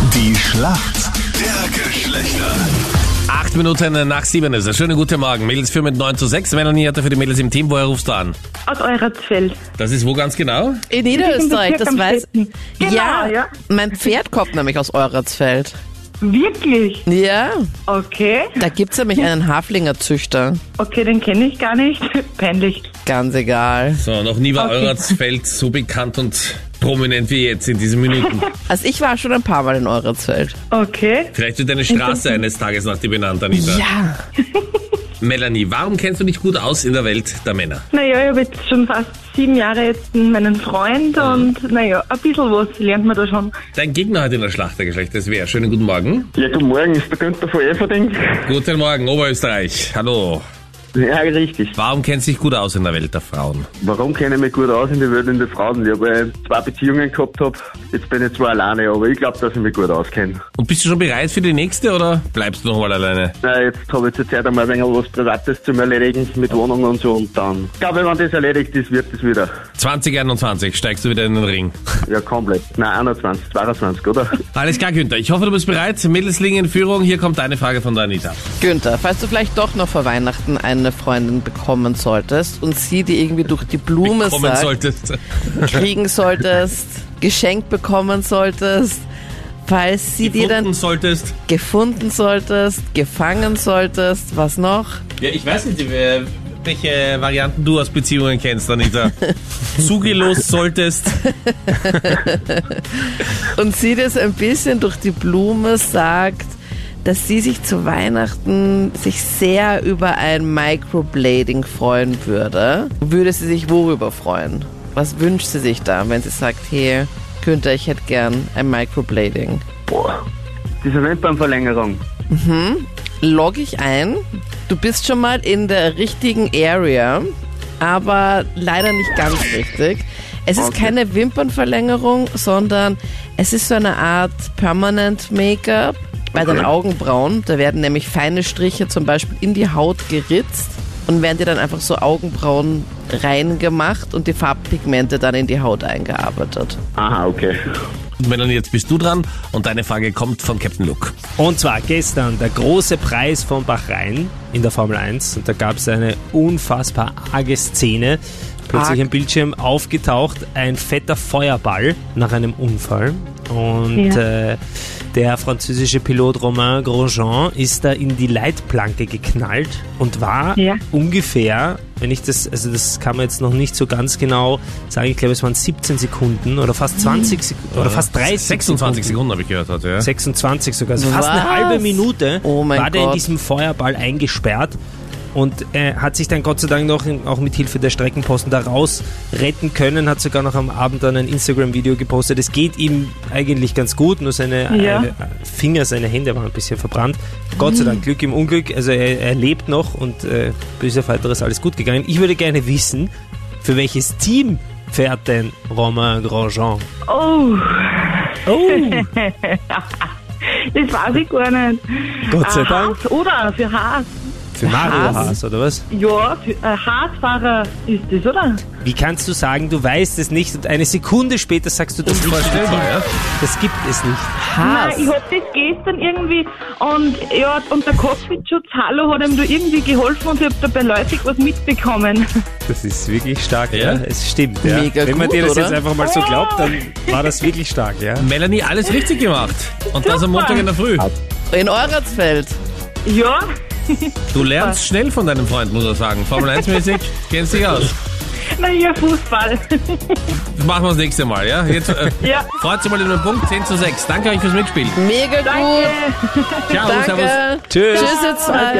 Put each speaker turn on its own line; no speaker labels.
Die Schlacht der Geschlechter.
Acht Minuten nach sieben ist es. Schönen guten Morgen. Mädels für mit 9 zu 6. Melanie hatte für die Mädels im Team. Woher rufst du an?
Aus Eurasfeld.
Das ist wo ganz genau?
In Niederösterreich,
Das ist
das
im
weiß
Bezirk am Städten. Genau, ja.
Mein Pferd kommt nämlich aus Euratsfeld.
Wirklich?
Ja,
Okay.
da gibt's nämlich einen Haflingerzüchter.
Okay, den kenne ich gar nicht. Peinlich.
Ganz egal.
So, noch nie war
Okay.
Euratsfeld so bekannt und prominent wie jetzt in diesen Minuten.
Also ich war schon ein paar Mal in Euratsfeld.
Okay.
Vielleicht wird eine Straße eines Tages nach dir benannt, Anita.
Ja.
Melanie, warum kennst du dich gut aus in der Welt der Männer?
Naja, ich habe jetzt schon fast sieben Jahre jetzt meinen Freund und naja, ein bisschen was lernt man da schon.
Dein Gegner heute in der Schlacht der Geschlechter ist wer? Schönen guten Morgen.
Ja, guten Morgen, ist der Günther von Everding?
Guten Morgen, Oberösterreich. Hallo.
Ja, richtig.
Warum kennst du dich gut aus in der Welt der Frauen?
Warum kenne ich mich gut aus in der Welt in der Frauen? Ja, weil ich zwei Beziehungen gehabt habe. Jetzt bin ich zwar alleine, aber ich glaube, dass ich mich gut auskenne.
Und bist du schon bereit für die nächste oder bleibst du noch mal alleine?
Na, jetzt habe ich zurzeit einmal ein wenig was Privates zum Erledigen mit Wohnung und so und dann. Ich glaube, wenn das erledigt ist, wird es wieder.
2021 steigst du wieder in den Ring.
Ja, komplett. Nein, 21, 22, oder?
Alles klar, Günther. Ich hoffe, du bist bereit. Mädelslinge in Führung. Hier kommt eine Frage von der Anita.
Günther, falls du vielleicht doch noch vor Weihnachten eine Freundin bekommen solltest und sie dir irgendwie durch die Blume
Kommen
sagt,
solltest.
kriegen solltest, geschenkt bekommen solltest, falls sie dir
Gefunden
dann
solltest.
gefunden solltest, gefangen solltest, was noch?
Ja, ich weiß nicht, äh, welche Varianten du aus Beziehungen kennst, Anita. Zugelost solltest.
und sie das ein bisschen durch die Blume sagt, dass sie sich zu Weihnachten sich sehr über ein Microblading freuen würde, würde sie sich worüber freuen? Was wünscht sie sich da, wenn sie sagt, hey, Günther, ich hätte gern ein Microblading?
Boah. Diese Wimpernverlängerung.
Log ich ein, du bist schon mal in der richtigen Area, aber leider nicht ganz richtig. Es ist
Okay.
keine Wimpernverlängerung, sondern es ist so eine Art Permanent Make-up bei den
Okay.
Augenbrauen. Da werden nämlich feine Striche zum Beispiel in die Haut geritzt und werden dir dann einfach so Augenbrauen reingemacht und die Farbpigmente dann in die Haut eingearbeitet.
Aha, okay.
Und Melanie, jetzt bist du dran und deine Frage kommt von Captain Luke.
Und zwar gestern der große Preis von Bahrain in der Formel 1. Und da gab es eine unfassbar arge Szene. Plötzlich
Arg.
im Bildschirm aufgetaucht, ein fetter Feuerball nach einem Unfall. Und äh, der französische Pilot Romain Grosjean ist da in die Leitplanke geknallt und war
Ja.
ungefähr, wenn ich das, also das kann man jetzt noch nicht so ganz genau sagen, ich glaube es waren 17 Sekunden oder fast 20 Sekunden oder fast 30
26
Sekunden.
Äh, Sekunden habe ich gehört heute, ja.
26 sogar. Also
Was?
fast eine halbe Minute
Oh mein
war der in
Gott.
diesem Feuerball eingesperrt und äh, hat sich dann Gott sei Dank noch in, auch mit Hilfe der Streckenposten da raus retten können, hat sogar noch am Abend dann ein Instagram-Video gepostet. Es geht ihm eigentlich ganz gut, nur seine
Ja.
äh, Finger, seine Hände waren ein bisschen verbrannt. Gott sei Dank, Glück im Unglück. Also er, er lebt noch und äh, bis auf weiteres alles gut gegangen. Ich würde gerne wissen, für welches Team fährt denn Romain Grosjean?
Oh,
Oh,
das weiß ich gar nicht.
Gott sei
Äh,
Dank.
Haas, oder? Für Haas.
Für Mario Haas, oder was?
Ja, für, äh, Haasfahrer ist das, oder?
Wie kannst du sagen, du weißt es nicht und eine Sekunde später sagst du das nicht?
Unvorstellbar, ja.
Das gibt es nicht.
Haas.
Nein, ich hab das gestern irgendwie und ja, und der Cockpitschutz Hallo hat ihm da irgendwie geholfen und ich hab da beiläufig was mitbekommen.
Das ist wirklich stark,
Ja.
Es stimmt, ja.
Mega
Wenn man
gut,
dir das
oder?
jetzt einfach mal so glaubt, dann war das wirklich stark, ja.
Melanie, alles richtig gemacht. Und das am Montag in der Früh.
In Euratsfeld.
Ja,
Du lernst schnell von deinem Freund, muss er sagen. Formel 1-mäßig kennst dich aus.
naja, Fußball.
Das machen wir das nächste Mal, ja? Jetzt äh,
ja,
freut sich mal über den Punkt 10 zu 6. Danke euch fürs Mitspielen.
Mega
danke.
gut.
Ciao, servus.
Danke. Tschüss, ihr zwei.